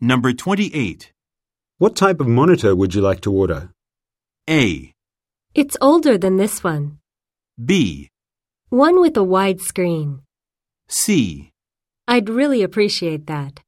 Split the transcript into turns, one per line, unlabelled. Number 28.
What type of monitor would you like to order?
A.
It's older than this one.
B.
One with a wide screen.
C.
I'd really appreciate that.